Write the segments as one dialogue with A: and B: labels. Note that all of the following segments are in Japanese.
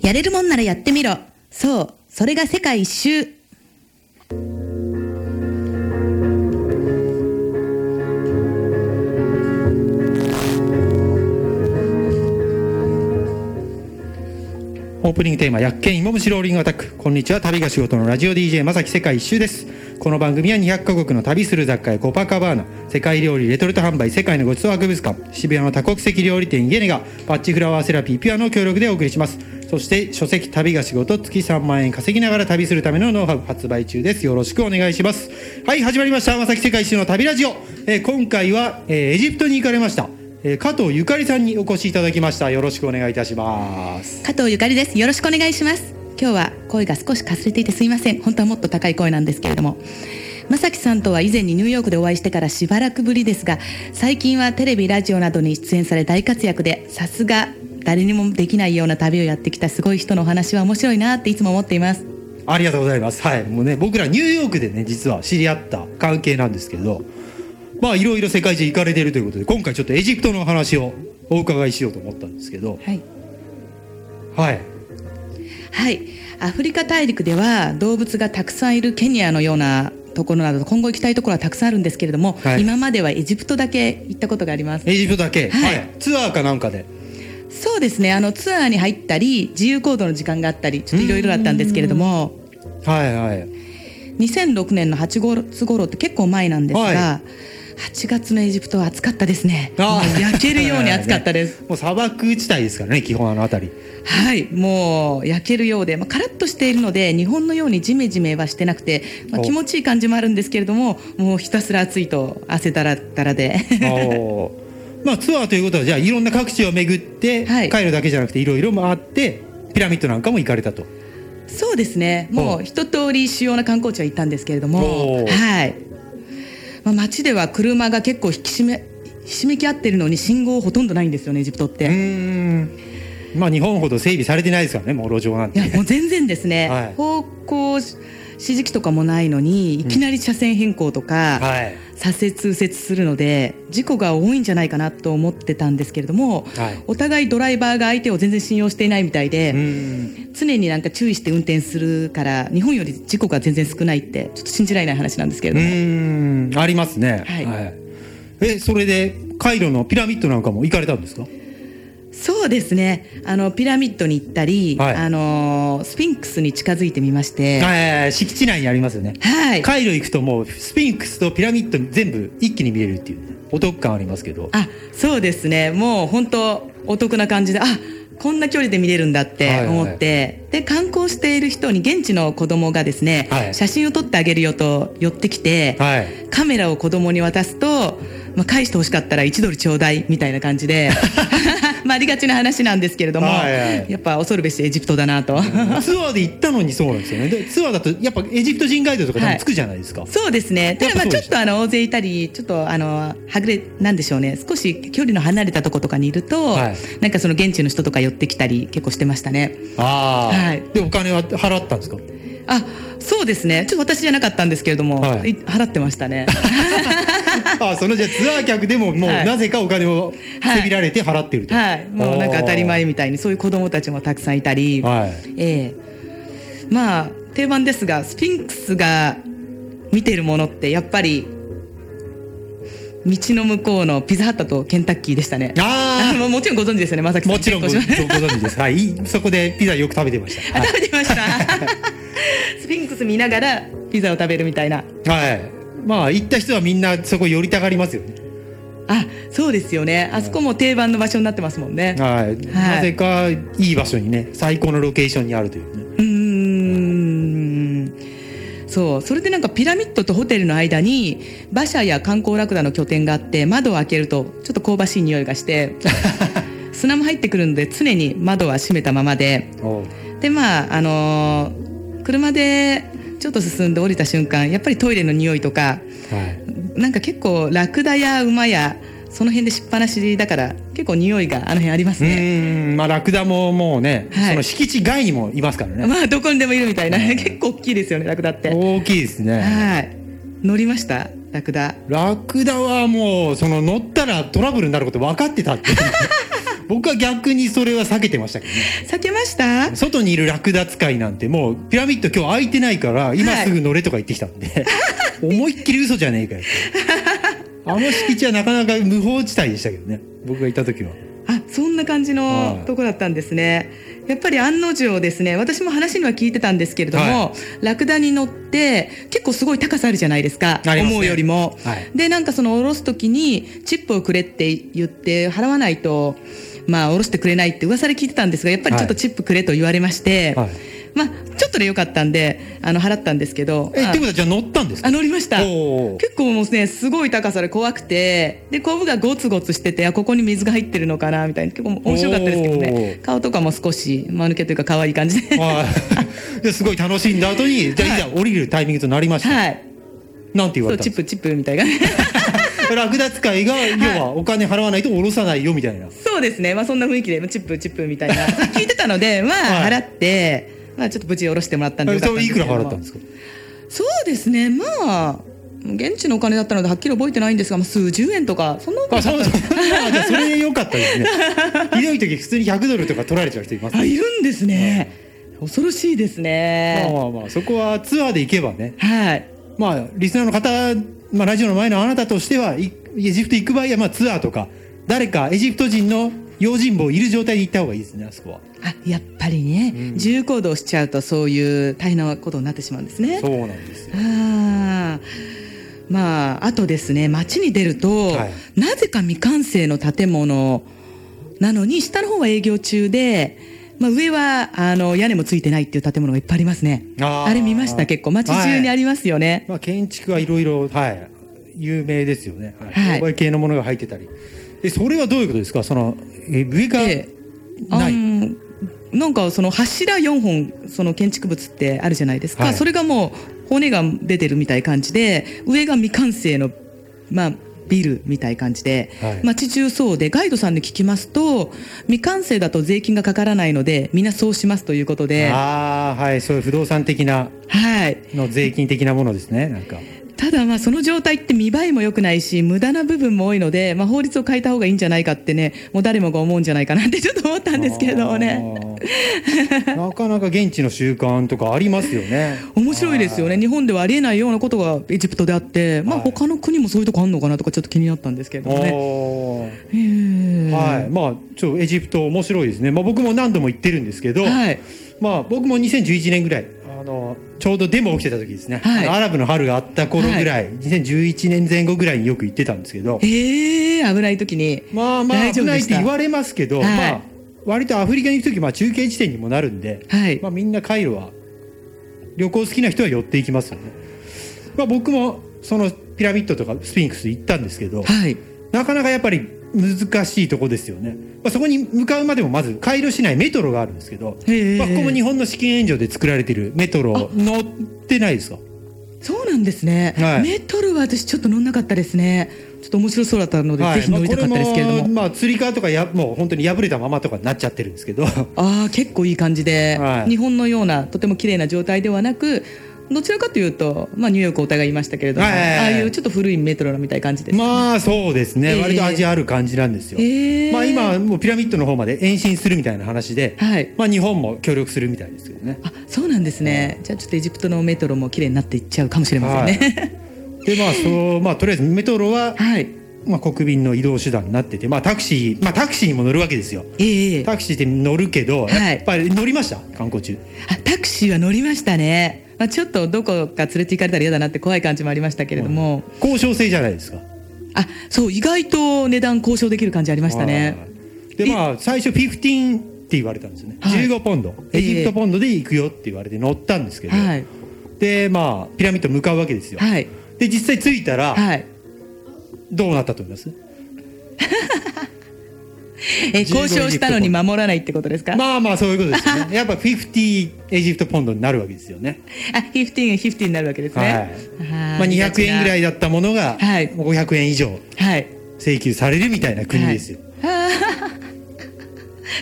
A: やれるもんならやってみろ。そう、それが世界一周。
B: オープニングテーマ「薬研芋虫ローリングアタック」こんにちは旅が仕事のラジオ DJ まさき世界一周ですこの番組は200カ国の旅する雑貨やコパカバーナ世界料理レトルト販売世界のごちそう博物館渋谷の多国籍料理店イエネガパッチフラワーセラピーピュアの協力でお送りしますそして書籍旅が仕事月3万円稼ぎながら旅するためのノウハウ発売中ですよろしくお願いしますはい始まりましたまさき世界一周の旅ラジオ、えー今回は、えーエジプトに行かれました、えー加藤ゆかりさんにお越しいただきましたよろしくお願いいたします
A: 加藤ゆかりです。よろしくお願いします。今日は声が少しかすれていてすいません。本当はもっと高い声なんですけれども。まさきさんとは以前にニューヨークでお会いしてからしばらくぶりですが、最近はテレビ、ラジオなどに出演され大活躍で、さすが誰にもできないような旅をやってきたすごい人のお話は面白いなっていつも思っています。
B: ありがとうございます。はい。もうね、僕らニューヨークでね、実は知り合った関係なんですけど、まあ、いろいろ世界中行かれてるということで、今回ちょっとエジプトのお話をお伺いしようと思ったんですけど、
A: はい。
B: はい。
A: はい、アフリカ大陸では動物がたくさんいるケニアのようなところなど今後行きたいところはたくさんあるんですけれども、
B: はい
A: 今まではエジプトだけ行ったことがあります
B: エジプトだけ、は
A: はい
B: い、ツアーかなんかで。
A: そうですねあのツアーに入ったり自由行動の時間があったりちょっといろいろだったんですけれども
B: はいはい。
A: 2006年の8月頃って結構前なんですが、
B: は
A: 8月のエジプトは暑かったですね
B: あー
A: もう焼けるように暑かったです。
B: もう砂漠地帯ですからね、基本あの 辺り。
A: はい、もう焼けるようで、まあ、カラッとしているので日本のようにジメジメはしてなくて、まあ、
B: お
A: 気持ちいい感じもあるんですけれどももうひたすら暑いと汗だらだら で
B: おーまあ、ツアーということは、じゃあ、いろんな各地を巡って、
A: はい
B: カイロだけじゃなくて、いろいろ回って、ピラミッドなんかも行かれたと。
A: そうですねも
B: お
A: う一通り主要な観光地は行ったんですけれども
B: お、
A: はいまあ、街では車が結構引き締めひしめき合ってるのに信号ほとんどないんですよねエジプトっ
B: う
A: て。
B: ーん。まあ、日本ほど整備されてないですからね、もう路上なん
A: い
B: て。
A: やもう全然ですね、
B: はい
A: 方向指示器とかもないのにいきなり車線変更とか、
B: はい。
A: 左折右折するので事故が多いんじゃないかなと思ってたんですけれども、
B: はい
A: お互いドライバーが相手を全然信用していないみたいで、
B: うん。
A: 常になんか注意して運転するから日本より事故が全然少ないってちょっと信じられない話なんですけれ
B: う
A: ども、
B: ーんありますね、
A: はい
B: えそれでカイロのピラミッドなんかも行かれたんですか
A: そうですねあのピラミッドに行ったり、
B: はい
A: あのースフィンクスに近づいてみまして、はい
B: はい敷地内にありますよねカイロ行くともうスフィンクスとピラミッド全部一気に見えるっていうねお得感ありますけど
A: あそうですねもう本当お得な感じであこんな距離で見れるんだって思って、で観光している人に現地の子供がですね、
B: はい
A: 写真を撮ってあげるよと寄ってきて、
B: はい
A: カメラを子供に渡すと、まあ、返して欲しかったら1ドルちょうだいみたいな感じ でまあありがちな話なんですけれども、
B: はいはい
A: やっぱ恐るべしエジプトだなと。
B: ツアーで行ったのにそうなんですよねでツアーだとやっぱエジプト人ガイドとか多分つくじゃないですか、
A: そうですね。ただまあ
B: やっぱそう
A: ち
B: で
A: ょっ
B: した
A: とあの大勢いたり、ちょっとあのはぐれなんでしょうね。少し距離の離れたとことかにいると、
B: はい
A: なんかその現地の人とか寄ってきたり結構してましたね。
B: ああ、
A: はい
B: でお金は払った んですか
A: あ、そうですね。ちょっと私じゃなかったんですけれども、
B: はい
A: い払ってました ね。
B: あーそのじゃあツアー客でももう
A: はい
B: なぜかお金をせびられて払ってると、
A: はい。もうなんか当たり前みたいにそういう子供たちもたくさんいたり、
B: はい
A: ええまあ定番ですがスフィンクスが見てるものってやっぱり道の向こうのピザハットとケンタッキーでしたね。
B: あー
A: あもうもちろんご存知ですよね、まさきさん。
B: もちろんごご
A: 結
B: ご
A: 婚しました
B: 存知です。はい、そこでピザよく食べてまし た。
A: あ食べてました。 スフィンクス見ながらピザを食べるみたいな。
B: はい。まあ行った人はみんなそこ寄りたがりますよね。
A: あ、そうですよね。あそこも定番の場所になってますもんね。
B: はい。なぜかいい場所にね、最高のロケーションにあるという、ね。
A: うーんそうそれでなんかピラミッドとホテルの間に馬車や観光ラクダの拠点があって窓を開けるとちょっと香ばしい匂いがして 砂も入ってくるので常に窓は閉めたままで
B: おう
A: でまああのー車でちょっと進んで降りた瞬間やっぱりトイレの匂いとか
B: はい。
A: なんか結構ラクダや馬やその辺でしっぱなしだから結構匂いがあの辺あります
B: う
A: ね。
B: ーん、まあラクダももうね、
A: はい
B: その敷地外にもいますからね。
A: まあどこにでもいるみたいな
B: うん
A: 結構大きいですよねラクダって。
B: 大きいですね。
A: はい。乗りましたラクダ。
B: ラクダはもうその乗ったらトラブルになること分かってたっていう。僕は逆にそれは避けてましたけどね
A: 避けました
B: 外にいるラクダ使いなんてもうピラミッド今日空いてないから今すぐ乗れとか言ってきたんで、思いっきり嘘じゃねえかよってあの敷地はなかなか無法地帯でしたけどね僕がいた時は
A: あそんな感じ
B: は
A: の
B: い
A: とこだったんですね、やっぱり案の定ですね私も話には聞いてたんですけれども、
B: は
A: ラクダに乗って結構すごい高さあるじゃないですか
B: ありますね
A: 思うよりも、
B: はい
A: でなんかその下ろす時にチップをくれって言って払わないとまあ下ろしてくれないって噂で聞いてたんですがやっぱりちょっと
B: はい
A: チップくれと言われまして、
B: はい
A: まあちょっとでよかったんであの払ったんですけど
B: え
A: あ
B: ってことはじゃあ乗ったんです
A: あ
B: か
A: 乗りました
B: おー
A: 結構もうねすごい高さで怖くてで後部がゴツゴツしててあここに水が入ってるのかなみたいな結構面白かったですけどね
B: おー
A: 顔とかも少し間抜けというか可愛い感じで
B: はいですごい楽しんだ後にじゃあいざ降りるタイミングとなりました、
A: はい
B: なんて言
A: そ
B: われ
A: う
B: たん
A: チッ
B: ですか
A: プチップみたいな
B: ラクダ使いが要はお金払わないと下ろさないよみたいな、
A: そうですねまあそんな雰囲気でチップチップみたいな聞いてたの でまあ
B: はい
A: 払って、まあちょっと無事下ろしてもらったんで
B: え
A: よかっ
B: そ
A: たんで
B: れい
A: す
B: く
A: け
B: ら
A: ども
B: 払ったんですか
A: そうですねまあ現地のお金だったのではっきり覚えてないんですが、まあ、数十円とかそんな
B: あ、そうそう。 あじゃあそれ良かったですね。ひどい時普通に100ドルとか取られちゃう人います。
A: あいるんですね恐ろしいです
B: まあ
A: ね
B: まあまあそこはツアーで行けばね。
A: はい
B: まあリスナーの方、まあラジオの前のあなたとしてはいエジプト行く場合はまあツアーとか誰かエジプト人の用心棒いる状態で行った方がいいですねあそこは。
A: あやっぱりね、
B: うん
A: 自由行動しちゃうとそういう大変なことになってしまうんですね。
B: そうなんですよ。
A: あーまああとですね街に出ると、
B: はい
A: なぜか未完成の建物なのに下の方は営業中で、まあ、上はあの屋根もついてないっていう建物がいっぱいありますね。
B: あ
A: あ
B: ー
A: れ見ました結構街中にありますよね。
B: まあ建築はいろいろはい有名ですよね。はい。
A: はい
B: 購買系のものが入ってたり。えそれはどういうことですかそのえ上が
A: えあ
B: ない。
A: んなんかその柱4本その建築物ってあるじゃないですか、
B: はい
A: それがもう骨が出てるみたい感じで上が未完成の、まあ、ビルみたい感じで、
B: はい
A: 街中そうでガイドさんに聞きますと未完成だと税金がかからないのでみんなそうしますということで、
B: ああはいそういう不動産的な
A: はい、
B: の税金的なものですねなんか
A: ただまあその状態って見栄えも良くないし無駄な部分も多いので、まあ、法律を変えた方がいいんじゃないかってねもう誰もが思うんじゃないかなってちょっと思ったんですけれどもね。
B: あーなかなか現地の習慣とかありますよね
A: 面白いですよね日本ではありえないようなことがエジプトであって、まあ、
B: はい
A: 他の国もそういうとこあるのかなとかちょっと気になったんですけれどもね。
B: ね
A: へー
B: はいまあちょっとエジプト面白いですね、まあ、僕も何度も行ってるんですけど、
A: はい
B: まあ僕も2011年ぐらいあのちょうどデモ起きてた時ですね、
A: はい
B: アラブの春があった頃ぐらい、2011年前後ぐらいによく行ってたんですけど
A: えー、危ない時に、
B: まあまあ
A: 大
B: 危
A: 丈夫
B: ない
A: で
B: っ
A: してた
B: 言われますけど、
A: はい
B: まあ割とアフリカに行く時、まあ、中継地点にもなるんで、
A: はい
B: まあ、みんなカイロは旅行好きな人は寄っていきますよね、まあ、僕もそのピラミッドとかスフィンクス行ったんですけど
A: はい、
B: なかなかやっぱり難しいとこですよね、まあ、そこに向かうまでもまずカイロ市内メトロがあるんですけど、
A: へえ
B: まあ、ここも日本の資金援助で作られてるメトロ乗ってないですか
A: そうなんですね、
B: はい
A: メトロは私ちょっと乗んなかったですねちょっと面白そうだったので、ぜひ乗りたかったですけれども、
B: まあ、これもまあ釣り革とかやもう本当に破れたままとかになっちゃってるんですけど
A: ああ結構いい感じで、
B: はい
A: 日本のようなとても綺麗な状態ではなくどちらかというと、まあ、ニューヨークお互いいましたけれども、
B: はいはいはい
A: ああいうちょっと古いメトロみたいな感じです、
B: まあそうですね、
A: ええ
B: 割と味ある感じなんですよ、
A: ええ
B: まあ今もうピラミッドの方まで延伸するみたいな話で、
A: はい
B: まあ日本も協力するみたいですけどね
A: あそうなんですね、じゃあちょっとエジプトのメトロも綺麗になっていっちゃうかもしれませんね。
B: でまあそうまあとりあえずメトロ は、
A: はい、
B: まあ、国民の移動手段になっててまあタクシーまあタクシーにも乗るわけですよ
A: ええ
B: タクシーって乗るけど、
A: はい
B: やっぱり乗りました観光中
A: あタクシーは乗りましたね、まあ、ちょっとどこか連れて行かれたら嫌だなって怖い感じもありましたけれども、
B: 交渉制じゃないですか
A: あそう、意外と値段交渉できる感じありました
B: は
A: ね。
B: いでまあ最初15って言われたんですよね、
A: はい
B: 15ポンド
A: え
B: エ
A: え
B: ジプトポンドで行くよって言われて乗ったんですけど、
A: はい、
B: でまあピラミッド向かうわけですよ、
A: はい、
B: で実際着いたら、
A: はい、
B: どうなったと思います
A: え交渉したのに守らないってことですか、
B: まあまあそういうことです ねやっぱ50エジプトポンドになるわけですよね、
A: あ15円15になるわけですね。
B: まあ、200円ぐら
A: い、
B: いだったものが
A: はい
B: 500円以上
A: はい、
B: 請求されるみたいな国ですよ、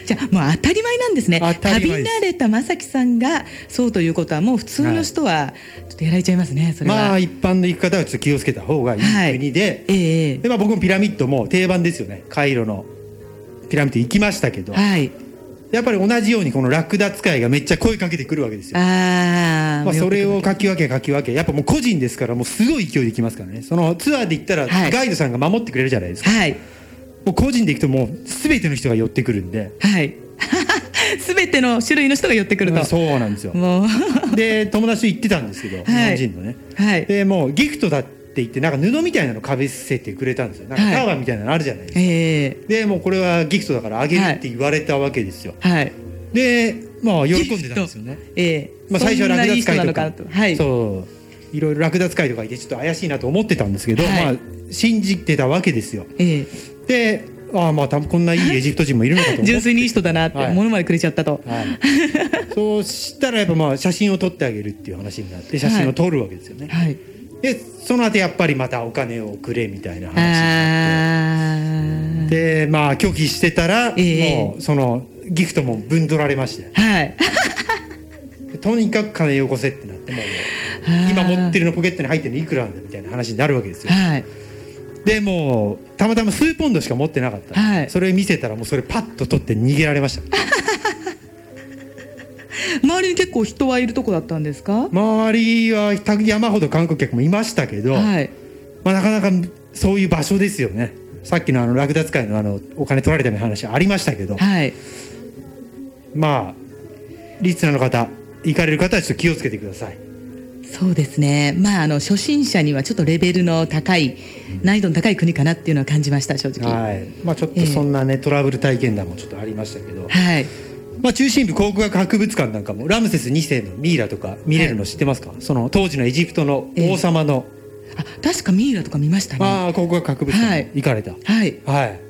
A: じゃあもう当たり前なんですね
B: 当たり前
A: 旅
B: です
A: 慣れた正樹さんがそうということはもう普通の人はちょっとやられちゃいますねそれは、
B: まあ一般で行く方はちょっと気をつけた方がいい
A: はい
B: 国で、
A: ええ
B: でまあ、僕もピラミッドも定番ですよねカイロのピラミッド行きましたけど、
A: はい。
B: やっぱり同じようにこのラクダ使いがめっちゃ声かけてくるわけですよ。
A: ああ、
B: まあ、
A: 見
B: そ
A: 送って
B: れをかき分けかき分けやっぱもう個人ですからもうすごい勢いで行きますからねそのツアーで行ったら
A: はい
B: ガイドさんが守ってくれるじゃないですか、
A: はい。
B: もう個人で行くともう全ての人が寄ってくるんで
A: はい。 すべての種類の人が寄ってくると。
B: そうなんですよ
A: もう。
B: で友達と行ってたんですけど、
A: はい
B: 日本人のね
A: はい。
B: でもうギフトだって言ってなんか布みたいなのかぶせてくれたんですよなん
A: は
B: か
A: い
B: ターバンみたいなのあるじゃないですか、
A: ええ
B: でもうこれはギフトだからあげるって言われたわけですよ、
A: はい。
B: でまあ喜んでたんですよね
A: ええ
B: まあ、最初はラクダ使い
A: そんないい人な
B: とか
A: のかとはい。
B: そういろいろラクダ使いとかいてちょっと怪しいなと思ってたんですけど、
A: はい
B: まあ、信じてたわけですよ
A: ええ
B: でああまあたこんないいエジプト人もいるのかと 思って
A: 純粋にいい人だなって、
B: はい
A: 物までくれちゃったと。
B: はい、そうしたらやっぱまあ写真を撮ってあげるっていう話になって写真を撮るわけですよね、
A: はい。
B: でその後やっぱりまたお金をくれみたいな話になって
A: あ
B: でまあ拒否してたら、
A: ええ
B: もうそのギフトもぶん取られまして
A: あ。はい。
B: とにかく金よこせってなってもう今持ってるのポケットに入ってるのいくらなんだみたいな話になるわけですよ
A: はい。
B: でもうたまたま数ポンドしか持ってなかった、
A: はい
B: それ見せたらもうそれパッと取って逃げられました
A: 周りに結構人はいるとこだったんですか。
B: 周りは山ほど観光客もいましたけど、
A: はい。
B: まあ、なかなかそういう場所ですよねさっきのあのラクダ使いのあのお金取られたみたいな話ありましたけど、
A: はい。
B: まあリスナーの方行かれる方はちょっと気をつけてください
A: そうですね。まあ、あの初心者にはちょっとレベルの高い、難易度の高い国かなっていうのは感じました。正直。は
B: はいまあちょっとそんなね、トラブル体験談もちょっとありましたけ
A: い。
B: ど、まあ、中心部考古学博物館なんかもラムセス2世のミイラとか見れるの知ってますか、その当時のエジプトの王様の、
A: あ、確かミイラとか見ましたね。
B: ああ考古学博物館
A: はい
B: に行かれたはい、
A: はい。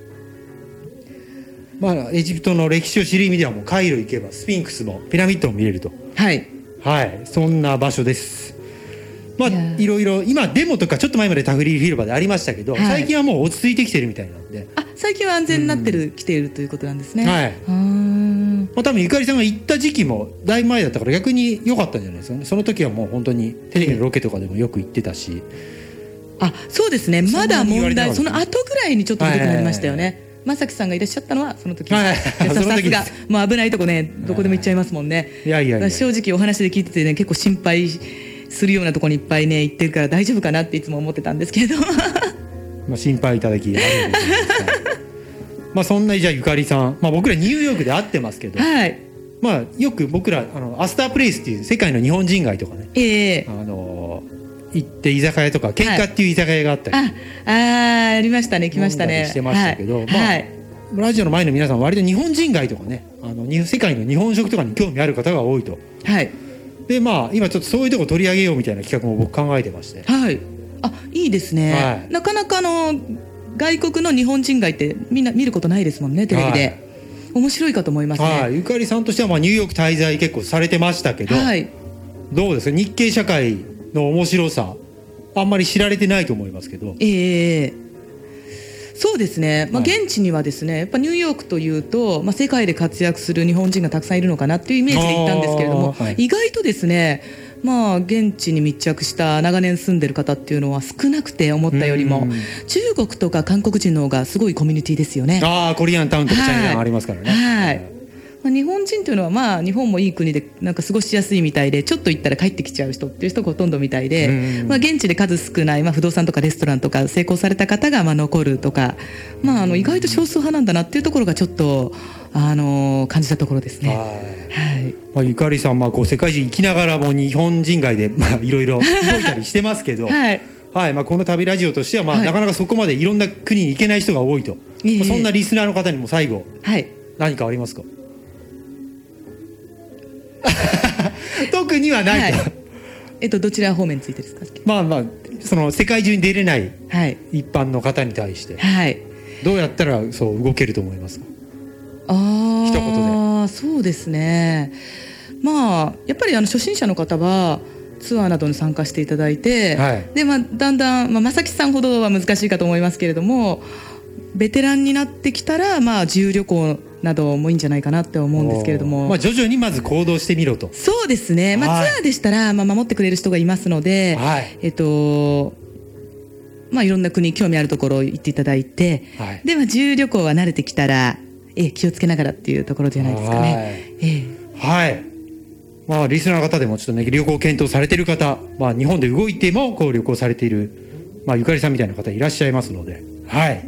B: まあエジプトの歴史を知る意味ではもうカイロ行けばスフィンクスもピラミッドも見れると
A: はい。
B: はいそんな場所ですまあ
A: いやー
B: いろいろ今デモとかちょっと前までタフリー広場でありましたけど、
A: はい
B: 最近はもう落ち着いてきてるみたいなんで
A: あ、最近は安全になってる、来ているということなんですね。
B: はいう
A: ーん。
B: まあ、多分ゆかりさんが行った時期もだいぶ前だったから逆に良かったんじゃないですかねその時はもう本当にテレビのロケとかでもよく行ってたし、
A: あ、そうですね。まだ問題、
B: そ
A: そ
B: ん
A: の
B: なに言われてなかっ
A: 後ぐらいにちょっとひどくなりましたよね。まさきさんがいらっしゃったのはその時。
B: はい
A: いやさ
B: その
A: さす
B: 時で
A: が
B: す、
A: もう危ないとこね、どこでも行っちゃいますもんね。
B: いやいやいや
A: だから正直お話で聞いててね、結構心配するようなとこにいっぱいね、行ってるから大丈夫かなっていつも思ってたんですけど。
B: まあ、心配いただきありがとうございますまあそんなじゃあゆかりさん、まあ、僕らニューヨークで会ってますけど、
A: はい。
B: まあ、よく僕らあのアスタープレイスっていう世界の日本人街とかね、
A: ええ
B: あのー行って居酒屋とか喧嘩っていう居酒屋があったり、
A: あ、あー、ありましたね、来ました
B: 飲んだ
A: ね。
B: りしてましたけど
A: はい。
B: まあ
A: はい
B: ラジオの前の皆さん割と日本人街とかねあのに世界の日本食とかに興味ある方が多いと。
A: はい。
B: でまあ今ちょっとそういうとこ取り上げようみたいな企画も僕考えてまして
A: はい。あ、いいですね。
B: はい
A: なかなかあの外国の日本人街ってみんな見ることないですもんね、テレビで。
B: はい
A: 面白いかと思いますね。
B: はい、ゆかりさんとしてはまあニューヨーク滞在結構されてましたけど、
A: はい。
B: どうですか日系社会の面白さあんまり知られてないと思いますけど
A: ええそうですね、まあ、
B: はい
A: 現地にはですねやっぱニューヨークというと、まあ、世界で活躍する日本人がたくさんいるのかなっていうイメージで行ったんですけれども、
B: あーはい
A: 意外とですね、まあ、現地に密着した長年住んでる方っていうのは少なくて思ったより
B: う
A: も
B: ん
A: 中国とか韓国人の方がすごいコミュニティですよね。
B: ああコリアンタウンとかチャイナタウンありますからね、
A: はいはいまあ、日本人というのは、まあ、日本もいい国でなんか過ごしやすいみたいでちょっと行ったら帰ってきちゃう人っていう人がほとんどみたいで
B: う、ん
A: まあ、現地で数少ない、まあ、不動産とかレストランとか成功された方がまあ残るとか、まあ、あの意外と少数派なんだなっていうところがちょっと、あの感じたところですね。
B: はい
A: はい、
B: まあ、ゆかりさん、まあ、こう世界中行きながらも日本人街でま あいろいろ動いたりしてますけど、はい
A: はい
B: まあ、この旅ラジオとしては、まあ
A: はい
B: なかなかそこまでいろんな国に行けない人が多いと、
A: ええ
B: まあそんなリスナーの方にも最後
A: はい
B: 何かありますか 特にはないと、
A: はいえっと、どちら方面についてですか、
B: まあまあその世界中に出れない
A: はい
B: 一般の方に対して
A: はい、
B: どうやったらそう動けると思いますか
A: あ
B: 一言
A: あそうですねまあやっぱりあの初心者の方はツアーなどに参加していただいて、
B: はい
A: でまあ、だんだん、まあ、正木さんほどは難しいかと思いますけれどもベテランになってきたら、まあ、自由旅行などもいいんじゃないかなって思うんですけれども、
B: まあ、徐々にまず行動してみろと
A: そうですね、まあ
B: はい
A: ツアーでしたら、まあ、守ってくれる人がいますので、
B: はい
A: えっとまあ、いろんな国興味あるところ行っていただいて、
B: はい
A: で、まあ、自由旅行は慣れてきたらえー気をつけながらっていうところじゃないですかね。え
B: はい。まあ、リスナーの方でもちょっとね、旅行を検討されている方、まあ、日本で動いても、こう、旅行されている、まあ、ゆかりさんみたいな方いらっしゃいますので、はい。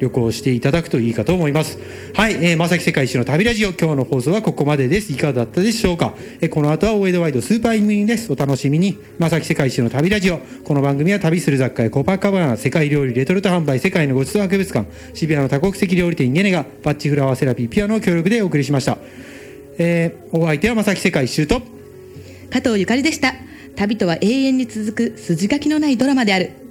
B: 旅行していただくといいかと思います。はい。えー、まさき世界一周の旅ラジオ、今日の放送はここまでです。いかがだったでしょうかえーこの後は、大江戸ワイドスーパーイングインです。お楽しみに。まさき世界一周の旅ラジオ。この番組は旅する雑貨やコパカバナ、世界料理、レトルト販売、世界のごちそう博物館、渋谷の多国籍料理店イエネが、パッチフラワーセラピーピアノの協力でお送りしました。えーお相手はまさき世界一周と
A: ー加藤ゆかりでした。旅とは永遠に続く筋書きのないドラマである。